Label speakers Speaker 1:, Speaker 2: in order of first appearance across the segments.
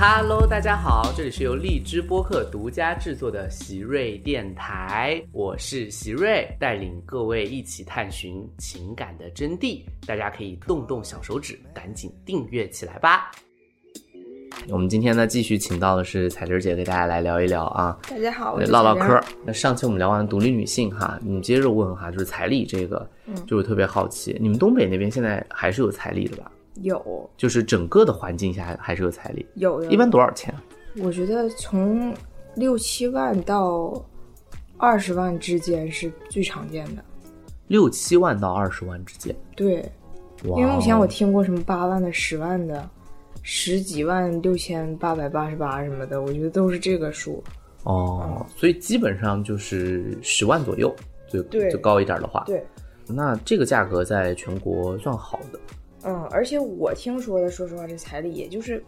Speaker 1: Hello，大家好，这里是由荔枝播客独家制作的席瑞电台，我是席瑞，带领各位一起探寻情感的真谛。大家可以动动小手指，赶紧订阅起来吧。我们今天呢，继续请到的是彩玲姐，给大家来聊一聊啊，
Speaker 2: 大家好，我
Speaker 1: 对
Speaker 2: 是
Speaker 1: 唠唠
Speaker 2: 小玲
Speaker 1: 嗑。。那上期我们聊完独立女性哈，你接着问哈，就是彩礼这个，就是特别好奇，你们东北那边现在还是有彩礼的吧？
Speaker 2: 有
Speaker 1: 就是整个的环境下还是有彩礼，
Speaker 2: 有有，
Speaker 1: 一般多少钱？
Speaker 2: 我觉得从六七万到二十万之间是最常见的。
Speaker 1: 六七万到二十万之间。哦
Speaker 2: 对，
Speaker 1: 因
Speaker 2: 因为目前我听过什么八万的、十万的、十几万六千八百八十八什么的，我觉得都是这个数。
Speaker 1: 哦，所以基本上就是十万左右，最
Speaker 2: 对
Speaker 1: 最高一点的话，
Speaker 2: 对，
Speaker 1: 那这个价格在全国算好的，
Speaker 2: 嗯，而且我听说的，说实话，这彩礼也就是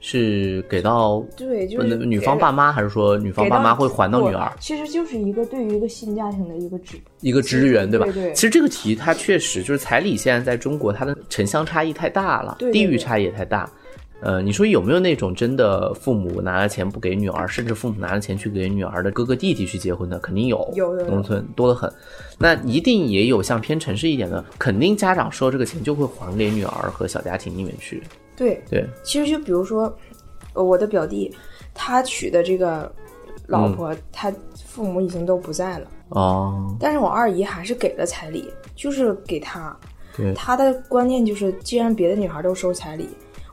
Speaker 1: 是给到
Speaker 2: 对，就
Speaker 1: 呃
Speaker 2: 是
Speaker 1: 女方爸妈，还是说女方
Speaker 2: 给
Speaker 1: 爸
Speaker 2: 到
Speaker 1: 妈会还到女儿？
Speaker 2: 不其实就是一个对于一个新家庭的一个指标。
Speaker 1: 一个支援，对吧？
Speaker 2: 对对
Speaker 1: 其实这个题它确实就是彩礼，现在在中国它的城乡差异太大了，
Speaker 2: 对对
Speaker 1: 地域
Speaker 2: 对
Speaker 1: 差异也太大。呃，你说有没有那种真的父母拿了钱不给女儿，甚至父母拿了钱去给女儿的哥哥弟弟去结婚的？肯定有，
Speaker 2: 有有有
Speaker 1: 农村多得很。那一定也有像偏城市一点的，肯定家长收这个钱就会还给女儿和小家庭里面去。
Speaker 2: 对，
Speaker 1: 对，
Speaker 2: 其实就比如说，呃我的表弟，他娶的这个
Speaker 1: 嗯
Speaker 2: 老婆，他父母已经都不在了，
Speaker 1: 哦，
Speaker 2: 但是我二姨还是给了彩礼，就是给他。
Speaker 1: 对
Speaker 2: 他的观念就是，既然别的女孩都收彩礼，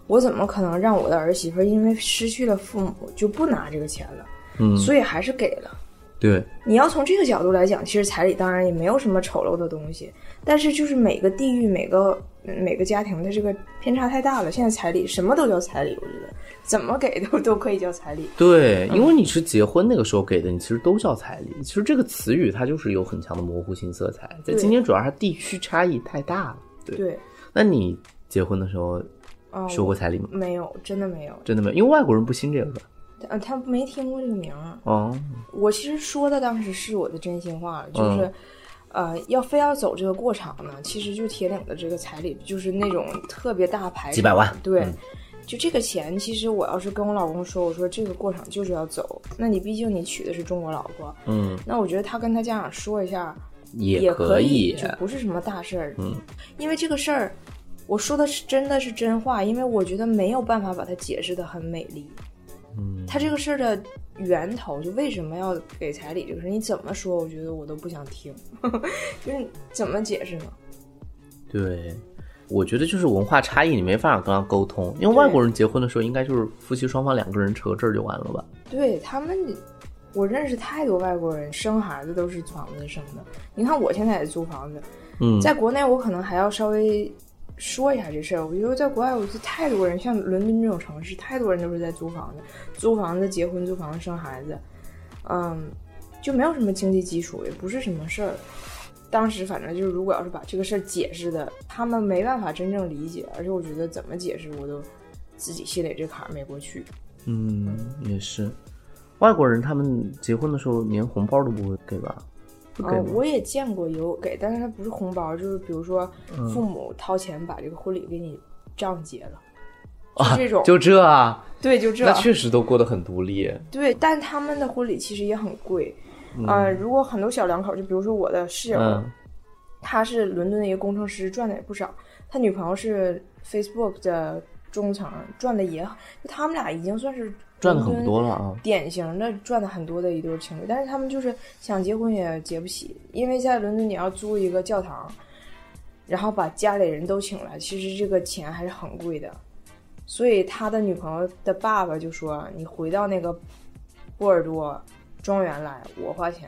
Speaker 2: 我怎么可能让我的儿媳妇因为失去了父母就不拿这个钱了？
Speaker 1: 嗯
Speaker 2: 所以还是给了。
Speaker 1: 对，
Speaker 2: 你要从这个角度来讲，其实彩礼当然也没有什么丑陋的东西，但是就是每个地域、每个每个家庭的这个偏差太大了。现在彩礼什么都叫彩礼，我觉得怎么给都都可以叫彩礼。
Speaker 1: 对，因为你是结婚那个时候给的，你其实都叫彩礼。其实这个词语它就是有很强的模糊性色彩，在
Speaker 2: 对
Speaker 1: 今天主要是它地区差异太大了。对，
Speaker 2: 对，
Speaker 1: 那你结婚的时候
Speaker 2: 啊、
Speaker 1: 收过彩礼吗？
Speaker 2: 没有，真的没有，
Speaker 1: 真的没有，因为外国人不兴这个。
Speaker 2: 他他没听过这个名儿。啊
Speaker 1: 哦，
Speaker 2: 我其实说的当时是我的真心
Speaker 1: 嗯
Speaker 2: 话，就是。呃，要非要走这个过场呢，其实就铁岭的这个彩礼，就是那种特别大牌，
Speaker 1: 几百万
Speaker 2: 对，
Speaker 1: 嗯
Speaker 2: 就这个钱，其实我要是跟我老公说，我说这个过场就是要走，那你毕竟你娶的是中国老婆，
Speaker 1: 嗯，
Speaker 2: 那我觉得他跟他家长说一下
Speaker 1: 也
Speaker 2: 可
Speaker 1: 以。
Speaker 2: 就不是什么大事儿。
Speaker 1: 嗯，
Speaker 2: 因为这个事儿，我说的是真的是真话，因为我觉得没有办法把它解释的很美丽。
Speaker 1: 嗯，
Speaker 2: 他这个事儿的源头，就为什么要给彩礼这个事儿，你怎么说，我觉得我都不想听， 就是怎么解释呢？
Speaker 1: 对，我觉得就是文化差异，你没办法跟他沟通。因为外国人结婚的时候，应该就是夫妻双方两个人扯个证儿就完了吧？
Speaker 2: 对他们，我认识太多外国人生孩子都是房子生的。你看我现在也租房子，
Speaker 1: 嗯，
Speaker 2: 在国内我可能还要稍微说一下这事儿。我觉得在国外，我就太多人，像伦敦这种城市，太多人都是在租房子、租房子、结婚、租房子、生孩子，嗯，就没有什么经济基础，也不是什么事儿。当时反正就是，如果要是把这个事儿解释的，他们没办法真正理解，而且我觉得怎么解释我都自己心里这坎儿没过去。
Speaker 1: 嗯，也是。外国人他们结婚的时候连红包都不会给吧？不给
Speaker 2: 啊，
Speaker 1: 吗？
Speaker 2: 我也见过有给，但是它不是红包，就是比如说
Speaker 1: 嗯
Speaker 2: 父母掏钱把这个婚礼给你账结 了，就这种，
Speaker 1: 就这啊？
Speaker 2: 对，就这
Speaker 1: 那，确实都过得很独立。
Speaker 2: 对。但他们的婚礼其实也很贵，呃，如果很多小两口，就比如说我的室友，
Speaker 1: 嗯
Speaker 2: 他是伦敦的一个工程师，赚的也不少，他女朋友是 Facebook 的中层，赚的也，就他们俩已经算是
Speaker 1: 赚的很不
Speaker 2: 伦敦
Speaker 1: 多了啊。
Speaker 2: 典型的赚的很多的一对情侣，但是他们就是想结婚也结不起，因为在伦敦你要租一个教堂，然后把家里人都请来，其实这个钱还是很贵的。所以他的女朋友的爸爸就说：“你回到那个波尔多庄园来，我花钱。”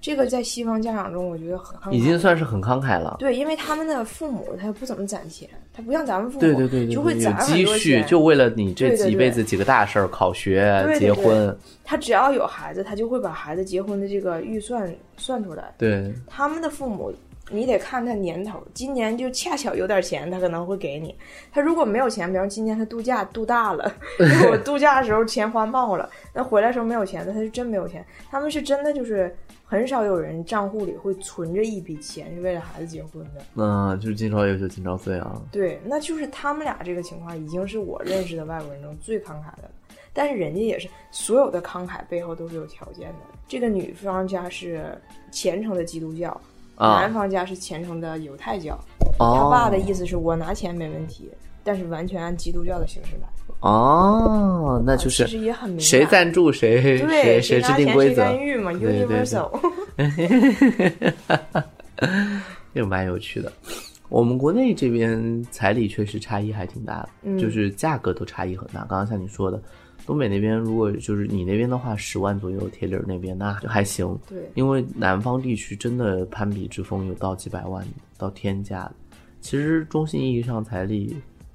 Speaker 2: 这个在西方家长中，我觉得很
Speaker 1: 已经算是很慷慨了。
Speaker 2: 对，因为他们的父母他不怎么攒钱，他不像咱们父母，
Speaker 1: 对对对对，
Speaker 2: 就会
Speaker 1: 对有
Speaker 2: 攒很
Speaker 1: 积
Speaker 2: 多
Speaker 1: 蓄，
Speaker 2: 钱。
Speaker 1: 就为了你这
Speaker 2: 对对对
Speaker 1: 几辈子几个大事儿，考学、
Speaker 2: 对对
Speaker 1: 结
Speaker 2: 对
Speaker 1: 婚，
Speaker 2: 他只要有孩子，他就会把孩子结婚的这个预算算出来。
Speaker 1: 对，
Speaker 2: 他们的父母你得看他年头，今年就恰巧有点钱，他可能会给你。他如果没有钱，比方今年他度假度大了，因为我度假的时候钱花冒了，那回来时候没有钱，那他就真没有钱。他们是真的就是很少有人账户里会存着一笔钱是为了孩子结婚的。
Speaker 1: 那就是今朝有酒今朝醉啊。
Speaker 2: 对，那就是他们俩这个情况已经是我认识的外国人中最慷慨的了。但是人家也是，所有的慷慨背后都是有条件的。这个女方家是虔诚的基督教，
Speaker 1: 啊
Speaker 2: 男方家是虔诚的犹太教。他
Speaker 1: 哦，
Speaker 2: 爸的意思是我拿钱没问题，但是完全按基督教的形式来。
Speaker 1: 哦，那就
Speaker 2: 其
Speaker 1: 是
Speaker 2: 实也很明白，
Speaker 1: 谁赞助谁
Speaker 2: 对
Speaker 1: 谁谁制
Speaker 2: 拿
Speaker 1: 定
Speaker 2: 钱
Speaker 1: 规
Speaker 2: 谁
Speaker 1: 则，
Speaker 2: 干预嘛
Speaker 1: 对对对
Speaker 2: ，Universal。
Speaker 1: 这个蛮有趣的。我们国内这边彩礼确实差异还挺大的，
Speaker 2: 嗯
Speaker 1: 就是价格都差异很大。刚刚像你说的，东北那边如果就是你那边的话，十万左右，铁岭那边那就还行，
Speaker 2: 对，
Speaker 1: 因为南方地区真的攀比之风有到几百万到天价的。其实中性意义上彩礼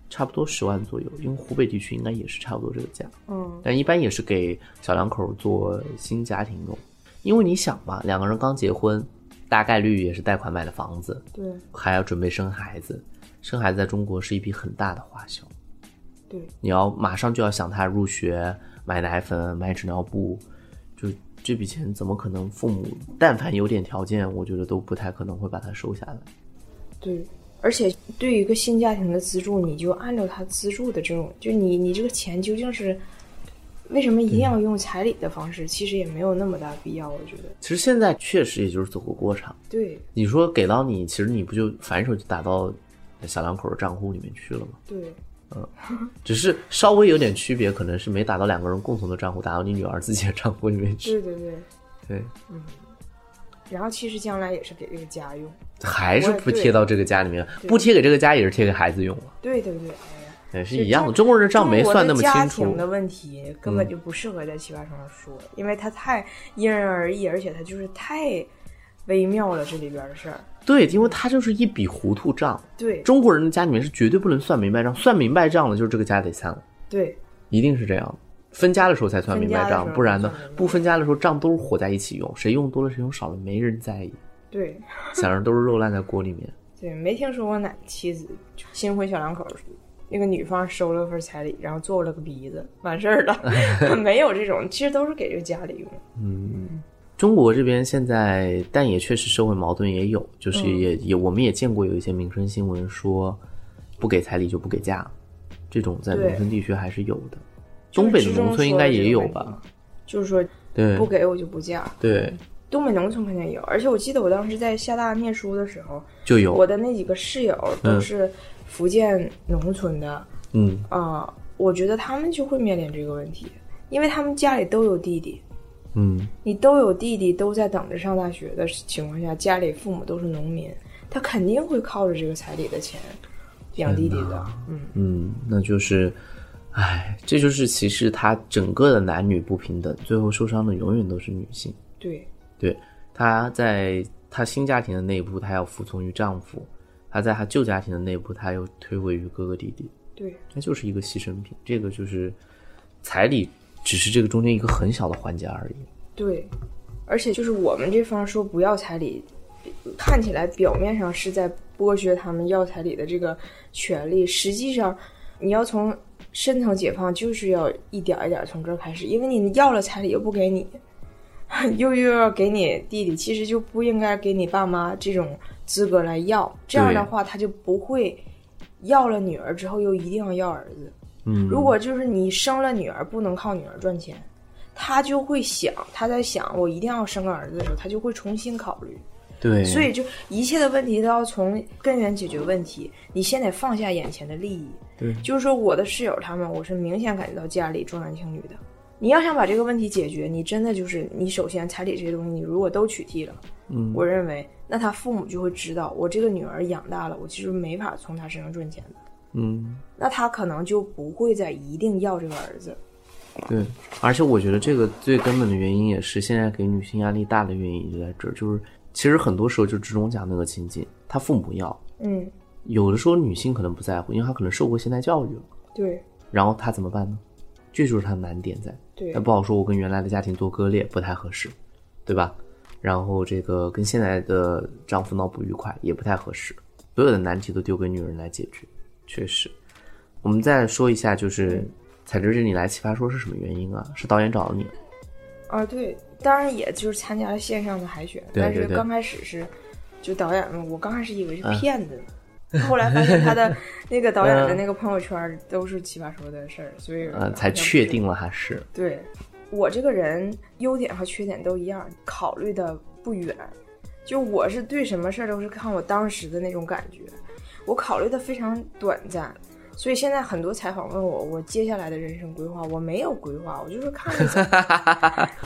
Speaker 1: 差不多十万左右，因为湖北地区应该也是差不多这个价。
Speaker 2: 嗯，
Speaker 1: 但一般也是给小两口做新家庭用，因为你想嘛，两个人刚结婚，大概率也是贷款买的房子，
Speaker 2: 对
Speaker 1: 还要准备生孩子，生孩子在中国是一笔很大的花销，
Speaker 2: 对，
Speaker 1: 你要马上就要想他入学、买奶粉、买纸尿布，就这笔钱怎么可能？父母但凡有点条件，我觉得都不太可能会把它收下来。
Speaker 2: 对，而且对于一个新家庭的资助，你就按照他资助的这种，就你你这个钱究竟是为什么一定要用彩礼的方式？其实也没有那么大必要，我觉得。
Speaker 1: 其实现在确实也就是走个过场，
Speaker 2: 对
Speaker 1: 你说给到你，其实你不就反手就打到小两口的账户里面去了吗？
Speaker 2: 对
Speaker 1: 只是稍微有点区别，可能是没打到两个人共同的账户，打到你女儿自己的账户里面去。
Speaker 2: 对对对，
Speaker 1: 对，
Speaker 2: 然后其实将来也是给这个家用。
Speaker 1: 还是不贴到这个家里面，不贴给这个家也是贴给孩子用了，
Speaker 2: 对对对，哎呀。
Speaker 1: 也是一样的。中国人的账没算那么
Speaker 2: 中国的
Speaker 1: 清
Speaker 2: 家庭
Speaker 1: 楚嗯
Speaker 2: 的问题根本就不适合在奇葩说上说，因为它太因人而异，而且它就是太微妙了这里边的事儿。
Speaker 1: 对，因为他就是一笔糊涂账。
Speaker 2: 对
Speaker 1: 中国人的家里面是绝对不能算明白账，算明白账了就是这个家得散了，
Speaker 2: 对
Speaker 1: 一定是这样的。分家的时候才算明白
Speaker 2: 分家的时
Speaker 1: 账，
Speaker 2: 候
Speaker 1: 不然呢
Speaker 2: 才算明，白
Speaker 1: 不分家的时候账都是和在一起用，谁用多了谁用少了没人在意，
Speaker 2: 对
Speaker 1: 想着都是肉烂在锅里面。
Speaker 2: 对，没听说过哪个妻子就新婚小两口儿那个女方收了份彩礼，然后做了个鼻子，完事 儿了，没有这种，其实都是给这个家里用。
Speaker 1: 中国这边现在，但也确实社会矛盾也有，就是
Speaker 2: 嗯
Speaker 1: 也、也我们也见过有一些民生新闻说，不给彩礼就不给嫁，这种在
Speaker 2: 对
Speaker 1: 农村地区还是有的。
Speaker 2: 就是
Speaker 1: 东北的
Speaker 2: 之中
Speaker 1: 农村应该也有
Speaker 2: 说的这个问
Speaker 1: 吧？
Speaker 2: 就是说
Speaker 1: 对
Speaker 2: 不给我就不嫁，
Speaker 1: 对，
Speaker 2: 东北农村肯定有，而且我记得我当时在厦大念书的时候，
Speaker 1: 就有
Speaker 2: 我，的那几个室友都是福建农村的
Speaker 1: 嗯，
Speaker 2: 啊、呃我觉得他们就会面临这个问题，因为他们家里都有弟弟，
Speaker 1: 嗯，
Speaker 2: 你都有弟弟都在等着上大学的情况下，家里父母都是农民，他肯定会靠着这个彩礼的钱养弟弟的，嗯，
Speaker 1: 嗯，那就是，唉，这就是歧视它整个的男女不平等，最后受伤的永远都是女性。
Speaker 2: 对
Speaker 1: 对，她在她新家庭的内部，她要服从于丈夫；她在她旧家庭的内部，她又推诿于哥哥弟弟。
Speaker 2: 对
Speaker 1: 它就是一个牺牲品。这个就是彩礼，只是这个中间一个很小的环节而已。
Speaker 2: 对，而且就是我们这方说不要彩礼，看起来表面上是在剥削他们要彩礼的这个权利，实际上你要从深层解放，就是要一点儿一点儿从这儿开始，因为你要了彩礼又不给你， 又又要给你弟弟，其实就不应该给你爸妈这种资格来要，这样的
Speaker 1: 对
Speaker 2: 话他就不会要了女儿之后又一定要要儿子。
Speaker 1: 嗯，
Speaker 2: 如果就是你生了女儿不能靠女儿赚钱，他就会想，他在想我一定要生个儿子的时候，他就会重新考虑。
Speaker 1: 对，
Speaker 2: 所以就一切的问题都要从根源解决问题。你先得放下眼前的利益。
Speaker 1: 对
Speaker 2: 就是说我的室友他们，我是明显感觉到家里重男轻女的。你要想把这个问题解决，你真的就是你首先彩礼这些东西，你如果都取缔了，
Speaker 1: 嗯
Speaker 2: 我认为那他父母就会知道，我这个女儿养大了，我其实没法从她身上赚钱的，
Speaker 1: 嗯，
Speaker 2: 那他可能就不会再一定要这个儿子。
Speaker 1: 对，而且我觉得这个最根本的原因也是现在给女性压力大的原因就在这儿，就是其实很多时候就志中讲那个情景，她父母要，
Speaker 2: 嗯，
Speaker 1: 有的时候女性可能不在乎，因为她可能受过现代教育了，
Speaker 2: 对
Speaker 1: 然后她怎么办呢？这就是她的难点在。
Speaker 2: 对
Speaker 1: 那不好说，我跟原来的家庭做割裂不太合适，对吧？然后这个跟现在的丈夫闹不愉快也不太合适，所有的难题都丢给女人来解决，确实。我们再说一下，就是彩芝这你来奇葩说是什么原因啊？是导演找的你？
Speaker 2: 啊，对，当然也就是参加了线上的海选，
Speaker 1: 对对
Speaker 2: 但是
Speaker 1: 对嗯
Speaker 2: 刚开始是就导演们，我刚开始以为是骗子呢，后来发现他 的那个导演的那个朋友圈都是奇葩说的事儿，所以
Speaker 1: 呃，嗯才确定了还是？
Speaker 2: 对我这个人优点和缺点都一样，考虑的不远。就我是对什么事儿都是看我当时的那种感觉，我考虑的非常短暂。所以现在很多采访问我，我接下来的人生规划，我没有规划，我就是看一下。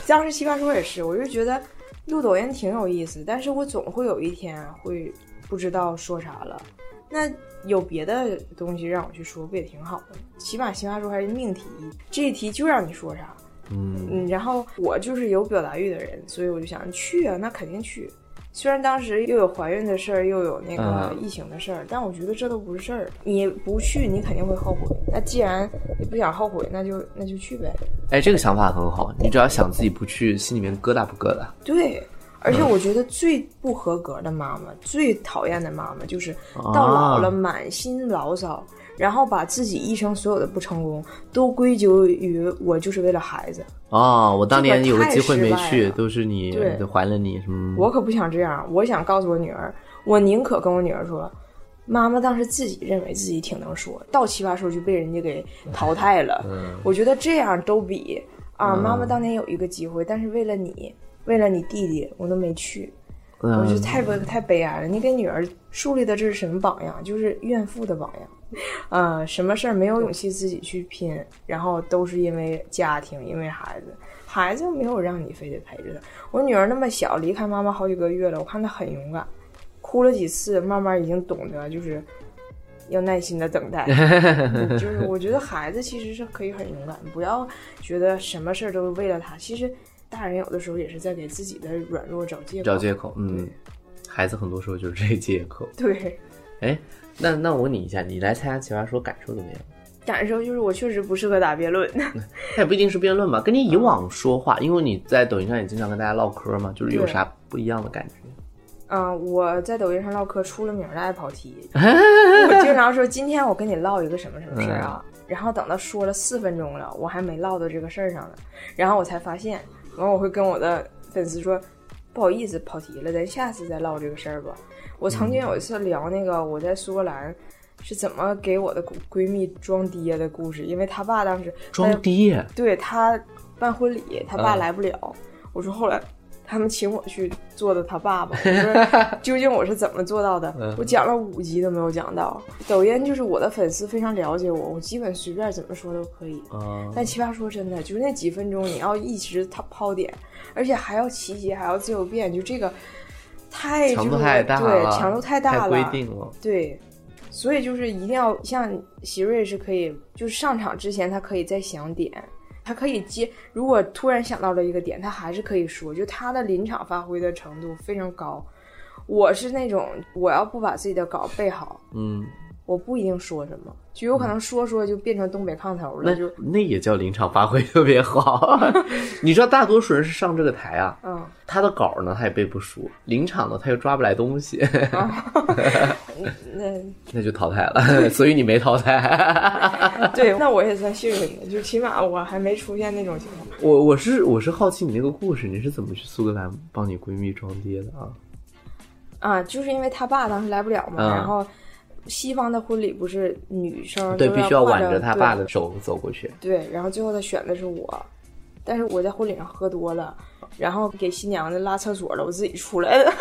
Speaker 2: 当时奇葩说也是，我就觉得录抖音挺有意思，但是我总会有一天会不知道说啥了。那有别的东西让我去说，不也挺好的？起码奇葩说还是命题，这一题就让你说啥。
Speaker 1: 嗯，
Speaker 2: 嗯，然后我就是有表达欲的人，所以我就想去啊，那肯定去。虽然当时又有怀孕的事儿，又有那个
Speaker 1: 嗯
Speaker 2: 疫情的事儿，但我觉得这都不是事儿。你不去，你肯定会后悔。那既然你不想后悔，那就那就去呗。
Speaker 1: 哎，这个想法很好，你只要想自己不去，心里面疙瘩不疙瘩？
Speaker 2: 对，而且我觉得最不合格的妈妈，最讨厌的妈妈，就是到老了
Speaker 1: 啊
Speaker 2: 满心牢骚，然后把自己一生所有的不成功都归咎于我就是为了孩子。
Speaker 1: 哦，我当年
Speaker 2: 这
Speaker 1: 有
Speaker 2: 个
Speaker 1: 个
Speaker 2: 太
Speaker 1: 机会没
Speaker 2: 失败
Speaker 1: 去，
Speaker 2: 了
Speaker 1: 都是你
Speaker 2: 对
Speaker 1: 怀了你什么？
Speaker 2: 我可不想这样，我想告诉我女儿，我宁可跟我女儿说，妈妈当时自己认为自己挺能说，到奇葩说就被人家给淘汰了。我觉得这样都比啊，妈妈当年有一个机会，但是为了你，为了你弟弟，我都没去。我觉得
Speaker 1: 嗯，
Speaker 2: 太悲太悲哀了。你给女儿树立的这是什么榜样？就是怨妇的榜样。呃，什么事儿没有勇气自己去拼，然后都是因为家庭，因为孩子，孩子又没有让你非得陪着他。我女儿那么小，离开妈妈好几个月了，我看她很勇敢，哭了几次，慢慢已经懂得就是要耐心的等待。嗯就是我觉得孩子其实是可以很勇敢，不要觉得什么事儿都是为了他。其实大人有的时候也是在给自己的软弱找借口。
Speaker 1: 找借口，嗯
Speaker 2: 对，
Speaker 1: 孩子很多时候就是这个借口。
Speaker 2: 对，
Speaker 1: 哎，那那我问你一下，你来参加奇葩说感受怎么样？
Speaker 2: 感受就是我确实不适合打辩论。
Speaker 1: 那也不一定是辩论吧，跟你以往说话，因为你在抖音上也经常跟大家唠嗑嘛，就是有
Speaker 2: 对
Speaker 1: 啥不一样的感觉？
Speaker 2: 嗯、我在抖音上唠嗑出了名儿的爱跑题，我经常说今天我跟你唠一个什么什么事儿啊，然后等到说了四分钟了，我还没唠到这个事儿上呢，然后我才发现，完我会跟我的粉丝说，不好意思跑题了，咱下次再唠这个事儿吧。我曾经有一次聊那个我在苏格兰。是怎么给我的闺闺蜜装爹的故事？因为她爸当时哎
Speaker 1: 装爹，
Speaker 2: 对他办婚礼，他爸
Speaker 1: 嗯
Speaker 2: 来不了。我说后来他们请我去做的他爸爸，我 说究竟我是怎么做到的？
Speaker 1: 嗯
Speaker 2: 我讲了五集都没有讲到。抖音就是我的粉丝非常了解我，我基本随便怎么说都可以。
Speaker 1: 嗯，
Speaker 2: 但奇葩说真的就是那几分钟，你要一直他抛点，而且还要奇袭，还要自由辩，就这个太
Speaker 1: 强
Speaker 2: 就
Speaker 1: 度
Speaker 2: 是
Speaker 1: 太大
Speaker 2: 对
Speaker 1: 了，
Speaker 2: 强度太大了，
Speaker 1: 规定了。
Speaker 2: 对，所以就是一定要像席瑞是可以，就是上场之前他可以再想点，他可以接，如果突然想到了一个点，他还是可以说，就他的临场发挥的程度非常高。我是那种我要不把自己的稿背好，
Speaker 1: 嗯，
Speaker 2: 我不一定说什么，就有可能说说就变成东北炕头了，
Speaker 1: 那
Speaker 2: 就
Speaker 1: 那也叫临场发挥特别 好。你知道大多数人是上这个台啊，
Speaker 2: 嗯。
Speaker 1: 他的稿呢他也背不熟，临场呢他又抓不来东西，
Speaker 2: 那
Speaker 1: 那就淘汰了。 所以你没淘汰。
Speaker 2: 对，那我也算幸运的，就起码我还没出现那种情况。
Speaker 1: 我我是我是好奇你那个故事，你是怎么去苏格兰帮你闺蜜装爹的啊？
Speaker 2: 啊，就是因为他爸当时来不了嘛，
Speaker 1: 嗯
Speaker 2: 然后西方的婚礼不是女生
Speaker 1: 对，
Speaker 2: 都
Speaker 1: 必须要
Speaker 2: 挎
Speaker 1: 挽
Speaker 2: 着
Speaker 1: 着他爸
Speaker 2: 对
Speaker 1: 的手走过去。
Speaker 2: 对，然后最后他选的是我，但是我在婚礼上喝多了，然后给新娘子拉厕所了，我自己出来了。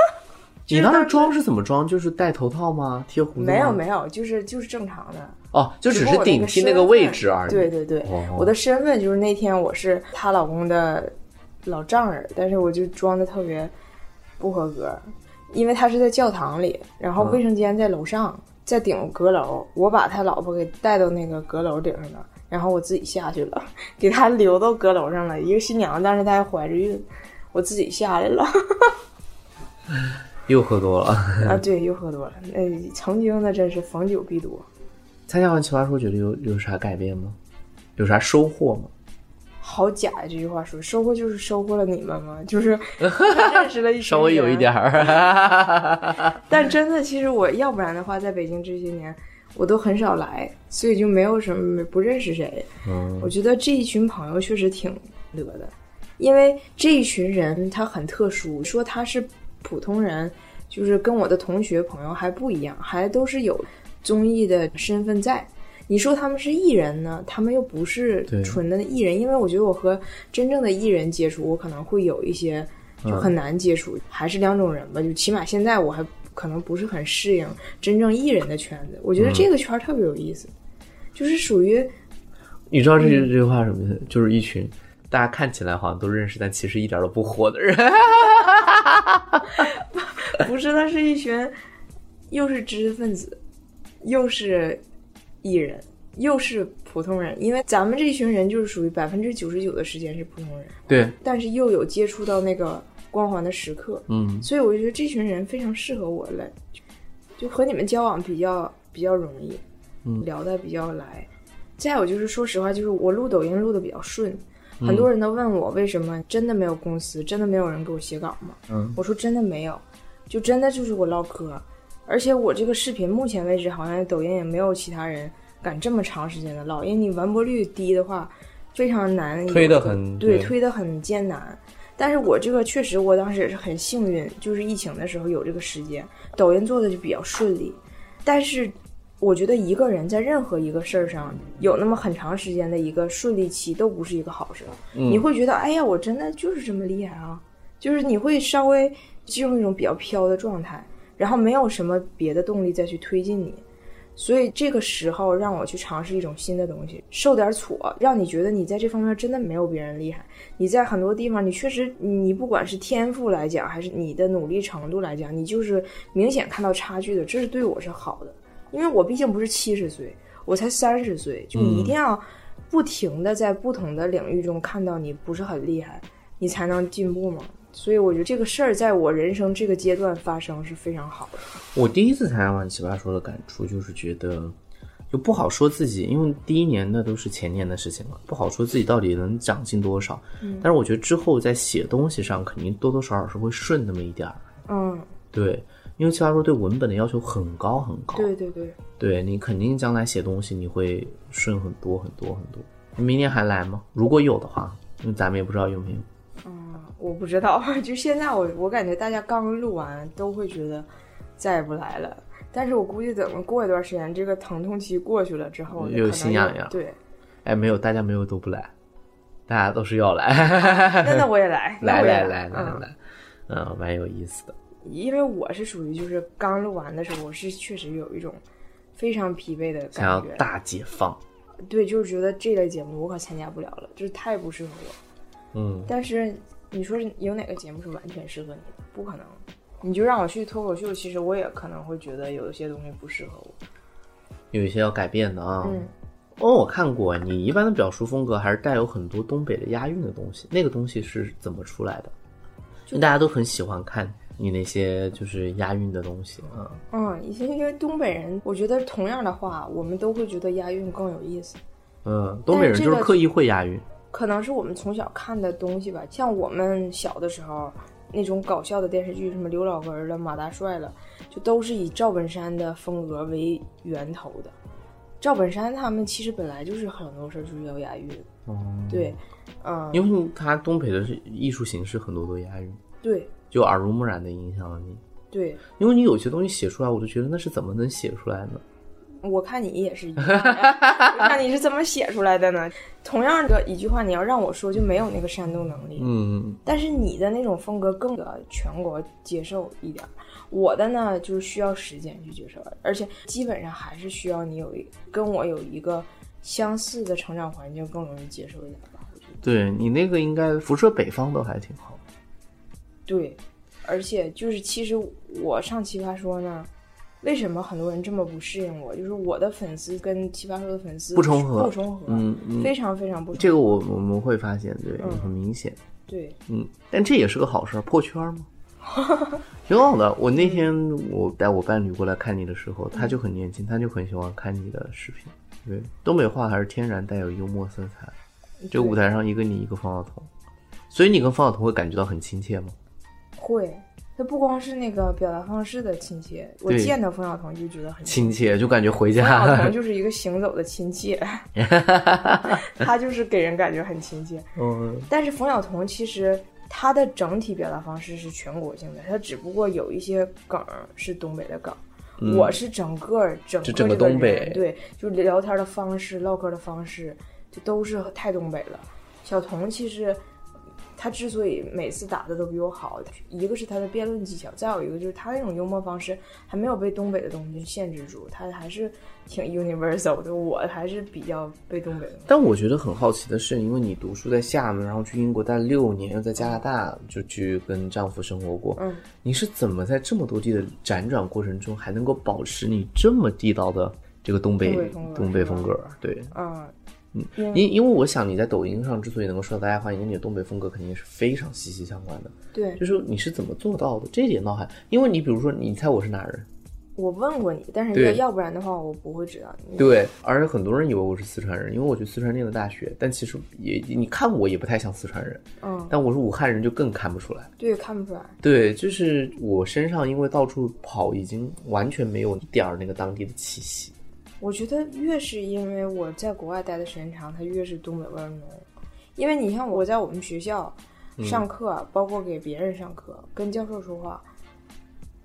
Speaker 1: 你当时装是怎么装？就是戴头套吗？贴胡子吗？
Speaker 2: 没有没有，就是就是正常的，
Speaker 1: 哦，就只
Speaker 2: 不
Speaker 1: 是
Speaker 2: 过我
Speaker 1: 顶替那个
Speaker 2: 身份
Speaker 1: 位置而已。
Speaker 2: 对对对，
Speaker 1: 哦
Speaker 2: 我的身份就是那天我是她老公的老丈人，但是我就装的特别不合格，因为他是在教堂里，然
Speaker 1: 嗯
Speaker 2: 后卫生间在楼上，在顶阁楼，我把他老婆给带到那个阁楼顶上了。然后我自己下去了， 给他留到阁楼上了。一个新娘，当时她还怀着孕，我自己下来了。
Speaker 1: 又喝多了。
Speaker 2: 啊，对，又喝多了。那、曾经那真是逢酒必多。
Speaker 1: 参加完奇葩说，觉得有有啥改变吗？有啥收获吗？
Speaker 2: 好假呀！这句话说，收获就是收获了你们嘛，就是 认识了一群
Speaker 1: 稍微有一
Speaker 2: 人
Speaker 1: 点
Speaker 2: 啊
Speaker 1: 儿，
Speaker 2: 但真的，其实我要不然的话，在北京这些年，我都很少来，所以就没有什么不认识谁。
Speaker 1: 嗯
Speaker 2: 我觉得这一群朋友确实挺乐的，因为这一群人他很特殊，说他是普通人，就是跟我的同学朋友还不一样，还都是有综艺的身份在。你说他们是艺人呢，他们又不是
Speaker 1: 对
Speaker 2: 纯的艺人，因为我觉得我和真正的艺人接触，我可能会有一些就
Speaker 1: 嗯
Speaker 2: 很难接触，还是两种人吧。就起码现在我还可能不是很适应真正艺人的圈子，我觉得
Speaker 1: 嗯
Speaker 2: 这个圈儿特别有意思，就是属于
Speaker 1: 你知道这句这句话什么意思？就是一群大家看起来好像都认识，但其实一点都不火的人。
Speaker 2: 不是，他是一群又是知识分子，又是艺人，又是普通人。因为咱们这群人就是属于百分之九十九的时间是普通人，
Speaker 1: 对，
Speaker 2: 但是又有接触到那个光环的时刻，
Speaker 1: 嗯，
Speaker 2: 所以我就觉得这群人非常适合我来，就和你们交往比较比较容易，
Speaker 1: 嗯
Speaker 2: 聊的比较来。再有就是，说实话，就是我录抖音录的比较顺，很多人都问我为什么真的没有公司，真的没有人给我写稿吗？
Speaker 1: 嗯，
Speaker 2: 我说真的没有，就真的就是我唠嗑，而且我这个视频目前为止好像抖音也没有其他人敢这么长时间的唠，因为你完播率低的话，非常难有
Speaker 1: 推得
Speaker 2: 这个
Speaker 1: 很
Speaker 2: 对，
Speaker 1: 对
Speaker 2: 推的很艰难。但是我这个确实，我当时也是很幸运，就是疫情的时候有这个时间，抖音做的就比较顺利。但是我觉得一个人在任何一个事儿上有那么很长时间的一个顺利期，都不是一个好事儿。
Speaker 1: 嗯
Speaker 2: 你会觉得，哎呀，我真的就是这么厉害啊！就是你会稍微进入一种比较飘的状态，然后没有什么别的动力再去推进你。所以这个时候让我去尝试一种新的东西，受点挫，让你觉得你在这方面真的没有别人厉害。你在很多地方，你确实，你不管是天赋来讲，还是你的努力程度来讲，你就是明显看到差距的，这是对我是好的，因为我毕竟不是七十岁，我才三十岁，就你一定要不停的在不同的领域中看到你不是很厉害，你才能进步嘛。所以我觉得这个事儿在我人生这个阶段发生是非常好的。
Speaker 1: 我第一次参加完奇葩说的感触就是觉得，就不好说自己，因为第一年的都是前年的事情了，不好说自己到底能长进多少。
Speaker 2: 嗯
Speaker 1: 但是我觉得之后在写东西上，肯定多多少少是会顺那么一点儿。
Speaker 2: 嗯，
Speaker 1: 对，因为奇葩说对文本的要求很高很高。
Speaker 2: 对对对，
Speaker 1: 对你肯定将来写东西你会顺很多很多很多。你明年还来吗？如果有的话，因为咱们也不知道有没有。
Speaker 2: 嗯，我不知道， 就现在我我感觉大家刚录完都会觉得再也不来了，但是我估计等过一段时间，这个疼痛期过去了之后，
Speaker 1: 又有心痒痒
Speaker 2: 对，
Speaker 1: 哎，没有，大家没有都不来，大家都是要来，
Speaker 2: 那那我也来，
Speaker 1: 来
Speaker 2: 那我也
Speaker 1: 来来来
Speaker 2: 嗯
Speaker 1: 来，嗯，蛮有意思的。
Speaker 2: 因为我是属于就是刚录完的时候，我是确实有一种非常疲惫的
Speaker 1: 想要
Speaker 2: 感觉，
Speaker 1: 大解放。
Speaker 2: 对，就是觉得这类节目我可参加不了了，就是太不适合我。
Speaker 1: 嗯，
Speaker 2: 但是你说是有哪个节目是完全适合你的？不可能。你就让我去脱口秀，其实我也可能会觉得有一些东西不适合我。
Speaker 1: 有一些要改变的啊。
Speaker 2: 嗯，
Speaker 1: 哦，我看过你一般的表述风格，还是带有很多东北的押韵的东西。那个东西是怎么出来的？因为大家都很喜欢看你那些就是押韵的东西啊。
Speaker 2: 嗯，以前因为东北人，我觉得同样的话，我们都会觉得押韵更有意思。
Speaker 1: 嗯，东北人就是刻意会押韵。
Speaker 2: 可能是我们从小看的东西吧，像我们小的时候那种搞笑的电视剧，什么刘老根儿了、马大帅了，就都是以赵本山的风格为源头的。赵本山他们其实本来就是很多事儿就是要押韵，
Speaker 1: 嗯，
Speaker 2: 对，嗯，
Speaker 1: 因为他东北的艺术形式很多都押韵，
Speaker 2: 对
Speaker 1: 就耳濡目染的影响了你。
Speaker 2: 对，
Speaker 1: 因为你有些东西写出来，我就觉得那是怎么能写出来呢？
Speaker 2: 我看你也是一样呀，我看你是怎么写出来的呢？同样的一句话，你要让我说就没有那个煽动能力，
Speaker 1: 嗯，
Speaker 2: 但是你的那种风格更的全国接受一点儿，我的呢就是需要时间去接受，而且基本上还是需要你有一跟我有一个相似的成长环境更容易接受一点吧，我觉得
Speaker 1: 对你那个应该辐射北方都还挺好。
Speaker 2: 对，而且就是其实我上奇葩说呢。为什么很多人这么不适应我？就是我的粉丝跟奇葩说的粉丝
Speaker 1: 不重合
Speaker 2: 不重合，
Speaker 1: 嗯嗯，
Speaker 2: 非常非常不重合。
Speaker 1: 这个我我们会发现，对，
Speaker 2: 嗯
Speaker 1: 很明显，
Speaker 2: 对，
Speaker 1: 嗯，但这也是个好事儿，破圈儿嘛， 挺好的。我那天我带我伴侣过来看你的时候，他就很年轻，他就很喜欢看你的视频，对，东北话还是天然带有幽默色彩，这舞台上一个你一个方晓彤，所以你跟方晓彤会感觉到很亲切吗？
Speaker 2: 会，他不光是那个表达方式的亲切，我
Speaker 1: 对
Speaker 2: 见到冯小彤就觉得很
Speaker 1: 亲切，就感觉回家
Speaker 2: 冯 小彤就是一个行走的亲切， 他就是给人感觉很亲切。
Speaker 1: 嗯，
Speaker 2: 但是冯小彤其实他的整体表达方式是全国性的，他只不过有一些梗儿是东北的梗儿。我是整个儿整个
Speaker 1: 嗯就整个
Speaker 2: 这个
Speaker 1: 东北
Speaker 2: 人对，就聊天的方式、唠嗑的方式，就都是太东北了。小童其实他之所以每次打的都比我好，一个是他的辩论技巧，再有一个就是他那种幽默方式还没有被东北的东西限制住，他还是挺 universal 的。我还是比较被东北的东西
Speaker 1: 但我觉得很好奇的是，因为你读书在厦门，然后去英国待了六年，又在加拿大就去跟丈夫生活过，
Speaker 2: 嗯，
Speaker 1: 你是怎么在这么多地的辗转过程中，还能够保持你这么地道的这个东北
Speaker 2: 东北风格
Speaker 1: 东北
Speaker 2: 是吧
Speaker 1: 风格？对，
Speaker 2: 嗯，
Speaker 1: 因因为我想你在抖音上之所以能够受到大家欢迎，跟你的东北风格肯定是非常息息相关的。
Speaker 2: 对
Speaker 1: 就，是说你是怎么做到的？这一点倒还，因为你比如说，你猜我是哪人？
Speaker 2: 我问过你，但是
Speaker 1: 对
Speaker 2: 要要不然的话，我不会知道你。
Speaker 1: 对，而且很多人以为我是四川人，因为我去四川念的大学，但其实也你看我也不太像四川人，
Speaker 2: 嗯，
Speaker 1: 但我是武汉人就更看不出来。
Speaker 2: 对，看不出来。
Speaker 1: 对，就是我身上因为到处跑，已经完全没有一点儿那个当地的气息。
Speaker 2: 我觉得越是因为我在国外待的时间长，它越是东北味儿浓。因为你像我在我们学校
Speaker 1: 嗯
Speaker 2: 上课，包括给别人上课、跟教授说话，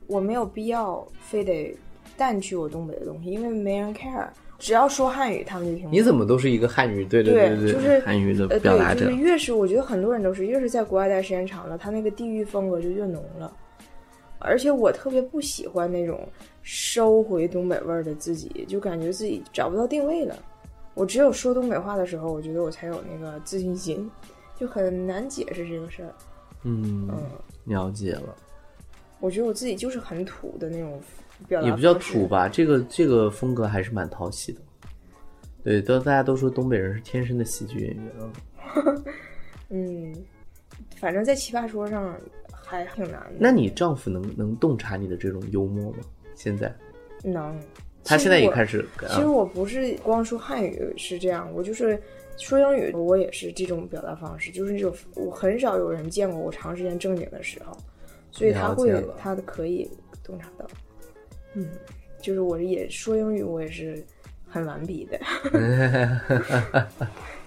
Speaker 2: 我没有必要非得淡去我东北的东西，因为没人 care。只要说汉语，他们就听不懂。
Speaker 1: 你怎么都是一个汉语？对
Speaker 2: 对
Speaker 1: 对对，
Speaker 2: 就是
Speaker 1: 汉语的
Speaker 2: 呃，
Speaker 1: 表达
Speaker 2: 对，
Speaker 1: 者
Speaker 2: 就是。越是我觉得很多人都是，越是在国外待时间长了，他那个地域风格就越浓了。而且我特别不喜欢那种收回东北味儿的自己，就感觉自己找不到定位了。我只有说东北话的时候，我觉得我才有那个自信心，就很难解释这个事儿。
Speaker 1: 嗯
Speaker 2: 嗯，，
Speaker 1: 了解了。
Speaker 2: 我觉得我自己就是很土的那种表达，
Speaker 1: 也不叫土？吧，这个这个风格还是蛮讨喜的。对，都大家都说东北人是天生的喜剧演员啊。
Speaker 2: 嗯，反正在奇葩说上还挺难的。
Speaker 1: 那你丈夫能能洞察你的这种幽默吗？现在
Speaker 2: 能？
Speaker 1: 他现在
Speaker 2: 其实
Speaker 1: 也
Speaker 2: 我
Speaker 1: 开始
Speaker 2: 其实
Speaker 1: 啊，
Speaker 2: 我不是光说汉语是这样，我就是说英语，我也是这种表达方式，就是那种我很少有人见过我长时间正经的时候，所以他
Speaker 1: 了
Speaker 2: 会
Speaker 1: 解了
Speaker 2: 他可以洞察到，嗯，就是我也说英语，我也是很顽 皮的，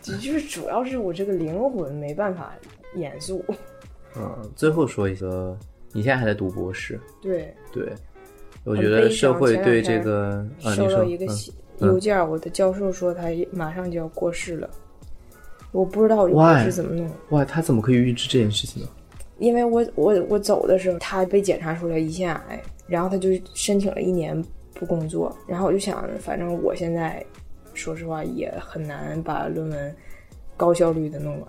Speaker 2: 就就是主要是我这个灵魂没办法严肃，
Speaker 1: 嗯，最后说一个，你现在还在读博士，
Speaker 2: 对，
Speaker 1: 对，我
Speaker 2: 很
Speaker 1: 觉得
Speaker 2: 悲
Speaker 1: 社
Speaker 2: 伤
Speaker 1: 会
Speaker 2: 前两
Speaker 1: 对这
Speaker 2: 天
Speaker 1: 个啊，你
Speaker 2: 收
Speaker 1: 说
Speaker 2: 到一个
Speaker 1: 嗯
Speaker 2: 信
Speaker 1: 嗯
Speaker 2: 邮件，我的教授说他马上就要过世了，我不知道我这博
Speaker 1: Why？
Speaker 2: 士怎么弄。
Speaker 1: 哇，他怎么可以预知这件事情呢？
Speaker 2: 因为我我我走的时候，他被检查出来胰腺癌，然后他就申请了一年不工作。然后我就想，反正我现在说实话也很难把论文高效率的弄完，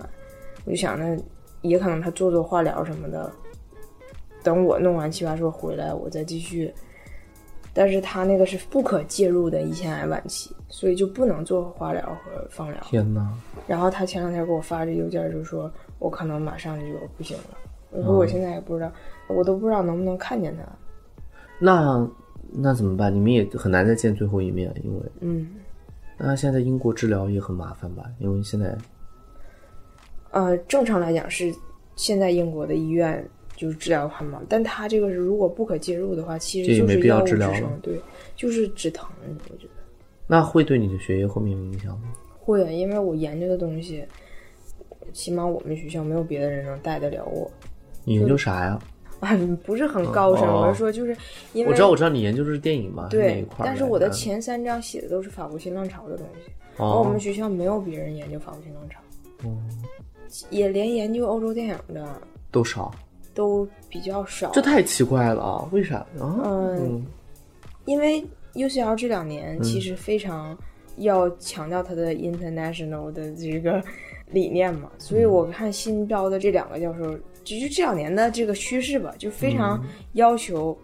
Speaker 2: 我就想那也可能他做做化疗什么的，等我弄完奇葩说回来，我再继续。但是他那个是不可介入的胰腺癌晚期，所以就不能做化疗和放疗。
Speaker 1: 天哪，
Speaker 2: 然后他前两天给我发这邮件，就说我可能马上就不行了。我
Speaker 1: 嗯
Speaker 2: 说我现在也不知道，我都不知道能不能看见他。
Speaker 1: 那那怎么办？你们也很难再见最后一面，因为
Speaker 2: 嗯，
Speaker 1: 那他现在在英国治疗也很麻烦吧？因为现在
Speaker 2: 呃，正常来讲是现在英国的医院就是治疗很忙，但他这个是如果不可介入的话，其
Speaker 1: 这
Speaker 2: 实
Speaker 1: 也
Speaker 2: 就
Speaker 1: 没
Speaker 2: 是
Speaker 1: 必要
Speaker 2: 药物
Speaker 1: 治疗
Speaker 2: 支撑
Speaker 1: 了
Speaker 2: 对，就是止疼，我觉得
Speaker 1: 那会对你的学业后面有影响吗？
Speaker 2: 会啊，因为我研究的东西，起码我们学校没有别的人能带得了我。
Speaker 1: 你研究啥呀？
Speaker 2: 啊，不是很高深，
Speaker 1: 哦
Speaker 2: 我是说，就是因为
Speaker 1: 我知道，我知道你研究的是电影嘛，那一
Speaker 2: 对，
Speaker 1: 块儿来。
Speaker 2: 但是我的
Speaker 1: 嗯
Speaker 2: 前三章写的都是法国新浪潮的东西，而我
Speaker 1: 哦
Speaker 2: 们，学校没有别人研究法国新浪潮，
Speaker 1: 嗯
Speaker 2: 也连研究欧洲电影的
Speaker 1: 都少，
Speaker 2: 都比较少。
Speaker 1: 这太奇怪了啊！为啥啊？
Speaker 2: 嗯，
Speaker 1: 嗯
Speaker 2: 因为 UCL 这两年其实非常要强调它的 international 的这个理念嘛，所
Speaker 1: 嗯
Speaker 2: 以我看新招的这两个教授，就就这两年的这个趋势吧，就非常
Speaker 1: 嗯
Speaker 2: 要求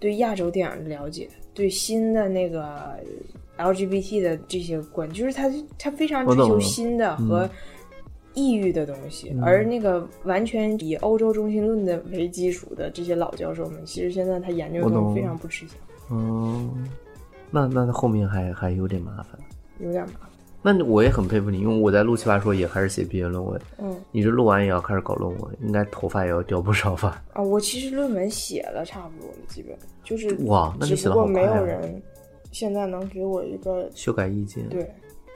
Speaker 2: 对亚洲电影的了解，对新的那个 LGBT 的这些观，就是他他非常
Speaker 1: 我
Speaker 2: 追
Speaker 1: 懂
Speaker 2: 求
Speaker 1: 了嗯
Speaker 2: 新的和异域的东西，而那个完全以欧洲中心论的为基础的这些老教授们，其实现在他研究
Speaker 1: 我
Speaker 2: 的
Speaker 1: 懂
Speaker 2: 东
Speaker 1: 了
Speaker 2: 西非常不吃香，
Speaker 1: 嗯嗯，那那后面还还有点麻烦。
Speaker 2: 有点麻烦。
Speaker 1: 那我也很佩服你，因为我在录奇葩说也开始写毕业论文，
Speaker 2: 嗯
Speaker 1: 你这录完也要开始搞论文，应该头发也要掉不少吧？
Speaker 2: 啊，我其实论文写了差不多了，基本就是
Speaker 1: 哇那你
Speaker 2: 只
Speaker 1: 写得
Speaker 2: 不过
Speaker 1: 好
Speaker 2: 没
Speaker 1: 快
Speaker 2: 有
Speaker 1: 啊
Speaker 2: 人现在能给我一个
Speaker 1: 修改意见，，
Speaker 2: 对，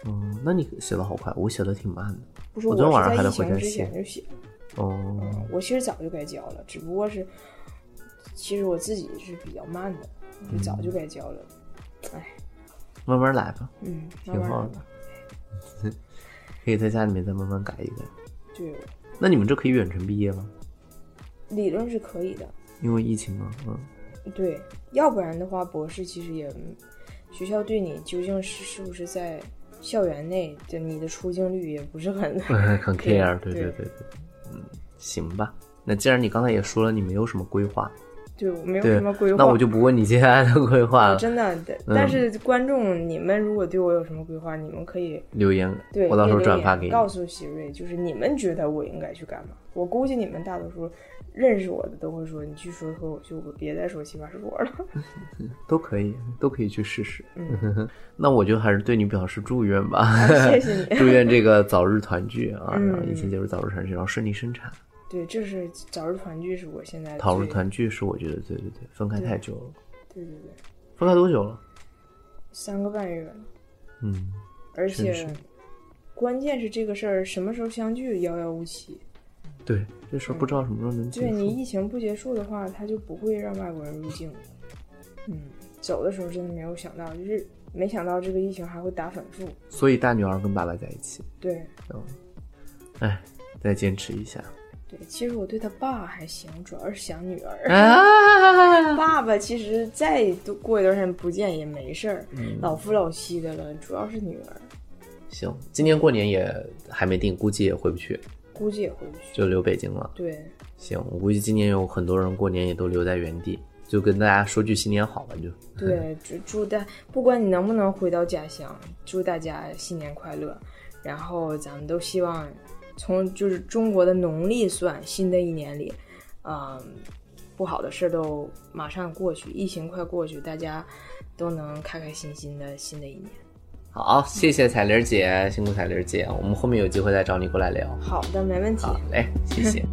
Speaker 1: 嗯，那你写的好快，我写的挺慢的。
Speaker 2: 不是
Speaker 1: 我昨天晚上
Speaker 2: 是
Speaker 1: 还
Speaker 2: 在
Speaker 1: 在
Speaker 2: 疫
Speaker 1: 回
Speaker 2: 情
Speaker 1: 家
Speaker 2: 之
Speaker 1: 写
Speaker 2: 前就写了，
Speaker 1: 哦，
Speaker 2: 嗯，我其实早就该交了，只不过是其实我自己是比较慢的，就早
Speaker 1: 嗯
Speaker 2: 就该交了，
Speaker 1: 慢慢来吧，
Speaker 2: 嗯，慢
Speaker 1: 挺
Speaker 2: 慢
Speaker 1: 好
Speaker 2: 来
Speaker 1: 的
Speaker 2: 吧。
Speaker 1: 可以在家里面再慢慢改一改。
Speaker 2: 对，
Speaker 1: 那你们这可以远程毕业吗？
Speaker 2: 理论是可以的，
Speaker 1: 因为疫情吗？嗯，
Speaker 2: 对，要不然的话，博士其实也，学校对你究竟是是不是在校园内，就你的出镜率也不是很
Speaker 1: 很
Speaker 2: 对
Speaker 1: care，对
Speaker 2: 对
Speaker 1: 对对，嗯，行吧。那既然你刚才也说了，你没有什么规划，
Speaker 2: 对，我没有
Speaker 1: 对
Speaker 2: 什么规划。
Speaker 1: 那我就不问你接下来的规划了。
Speaker 2: 真的，但
Speaker 1: 嗯
Speaker 2: 但是观众，你们如果对我有什么规划，你们可以
Speaker 1: 留言，
Speaker 2: 对
Speaker 1: 我到时候
Speaker 2: 可以留
Speaker 1: 转发
Speaker 2: 言
Speaker 1: 给你。
Speaker 2: 告诉喜瑞，就是你们觉得我应该去干嘛？我估计你们大多数认识我的都会说，你去说脱口秀，我别再说奇葩说 了。
Speaker 1: 都可以，都可以去试试。
Speaker 2: 嗯
Speaker 1: 那我就还是对你表示祝愿吧，
Speaker 2: 谢谢你
Speaker 1: 祝愿这个早日团聚啊，
Speaker 2: 嗯
Speaker 1: 然后疫情结束早日团聚，然后顺利生产。
Speaker 2: 对，这是早日团聚，是我现在
Speaker 1: 早日
Speaker 2: 最
Speaker 1: 团聚是我觉得对对对，分开太久了，
Speaker 2: 对对对，
Speaker 1: 分开多久
Speaker 2: 嗯
Speaker 1: 了？
Speaker 2: 三个半月了。
Speaker 1: 嗯，
Speaker 2: 而
Speaker 1: 确
Speaker 2: 且
Speaker 1: 实
Speaker 2: 关键是这个事儿什么时候相聚遥遥无期。
Speaker 1: 对，这事儿不知道什么时候能结
Speaker 2: 对嗯你
Speaker 1: 束。
Speaker 2: 疫情不结束的话，他就不会让外国人入境。嗯，走的时候真的没有想到，就是没想到这个疫情还会打反复。
Speaker 1: 所以大女儿跟爸爸在一起，
Speaker 2: 对
Speaker 1: 嗯，哎，再坚持一下。
Speaker 2: 对，其实我对他爸还行，主要是想女儿。
Speaker 1: 啊，
Speaker 2: 爸爸其实再多过一段时间不见也没事儿，老夫老妻的了，主要是女儿，
Speaker 1: 行，今年过年也还没定，估计也回不去，
Speaker 2: 估计也回不去。
Speaker 1: 就留北京了。
Speaker 2: 对，
Speaker 1: 行，我估计今年有很多人过年也都留在原地，就跟大家说句新年好吧，就
Speaker 2: 对，祝祝大，不管你能不能回到家乡，祝大家新年快乐。然后咱们都希望，从就是中国的农历算，新的一年里，嗯，不好的事儿都马上过去，疫情快过去，大家都能开开心心的新的一年。
Speaker 1: 好，谢谢彩玲儿姐，辛苦彩玲儿姐，我们后面有机会再找你过来聊。
Speaker 2: 好的，没问题。
Speaker 1: 好嘞，谢谢。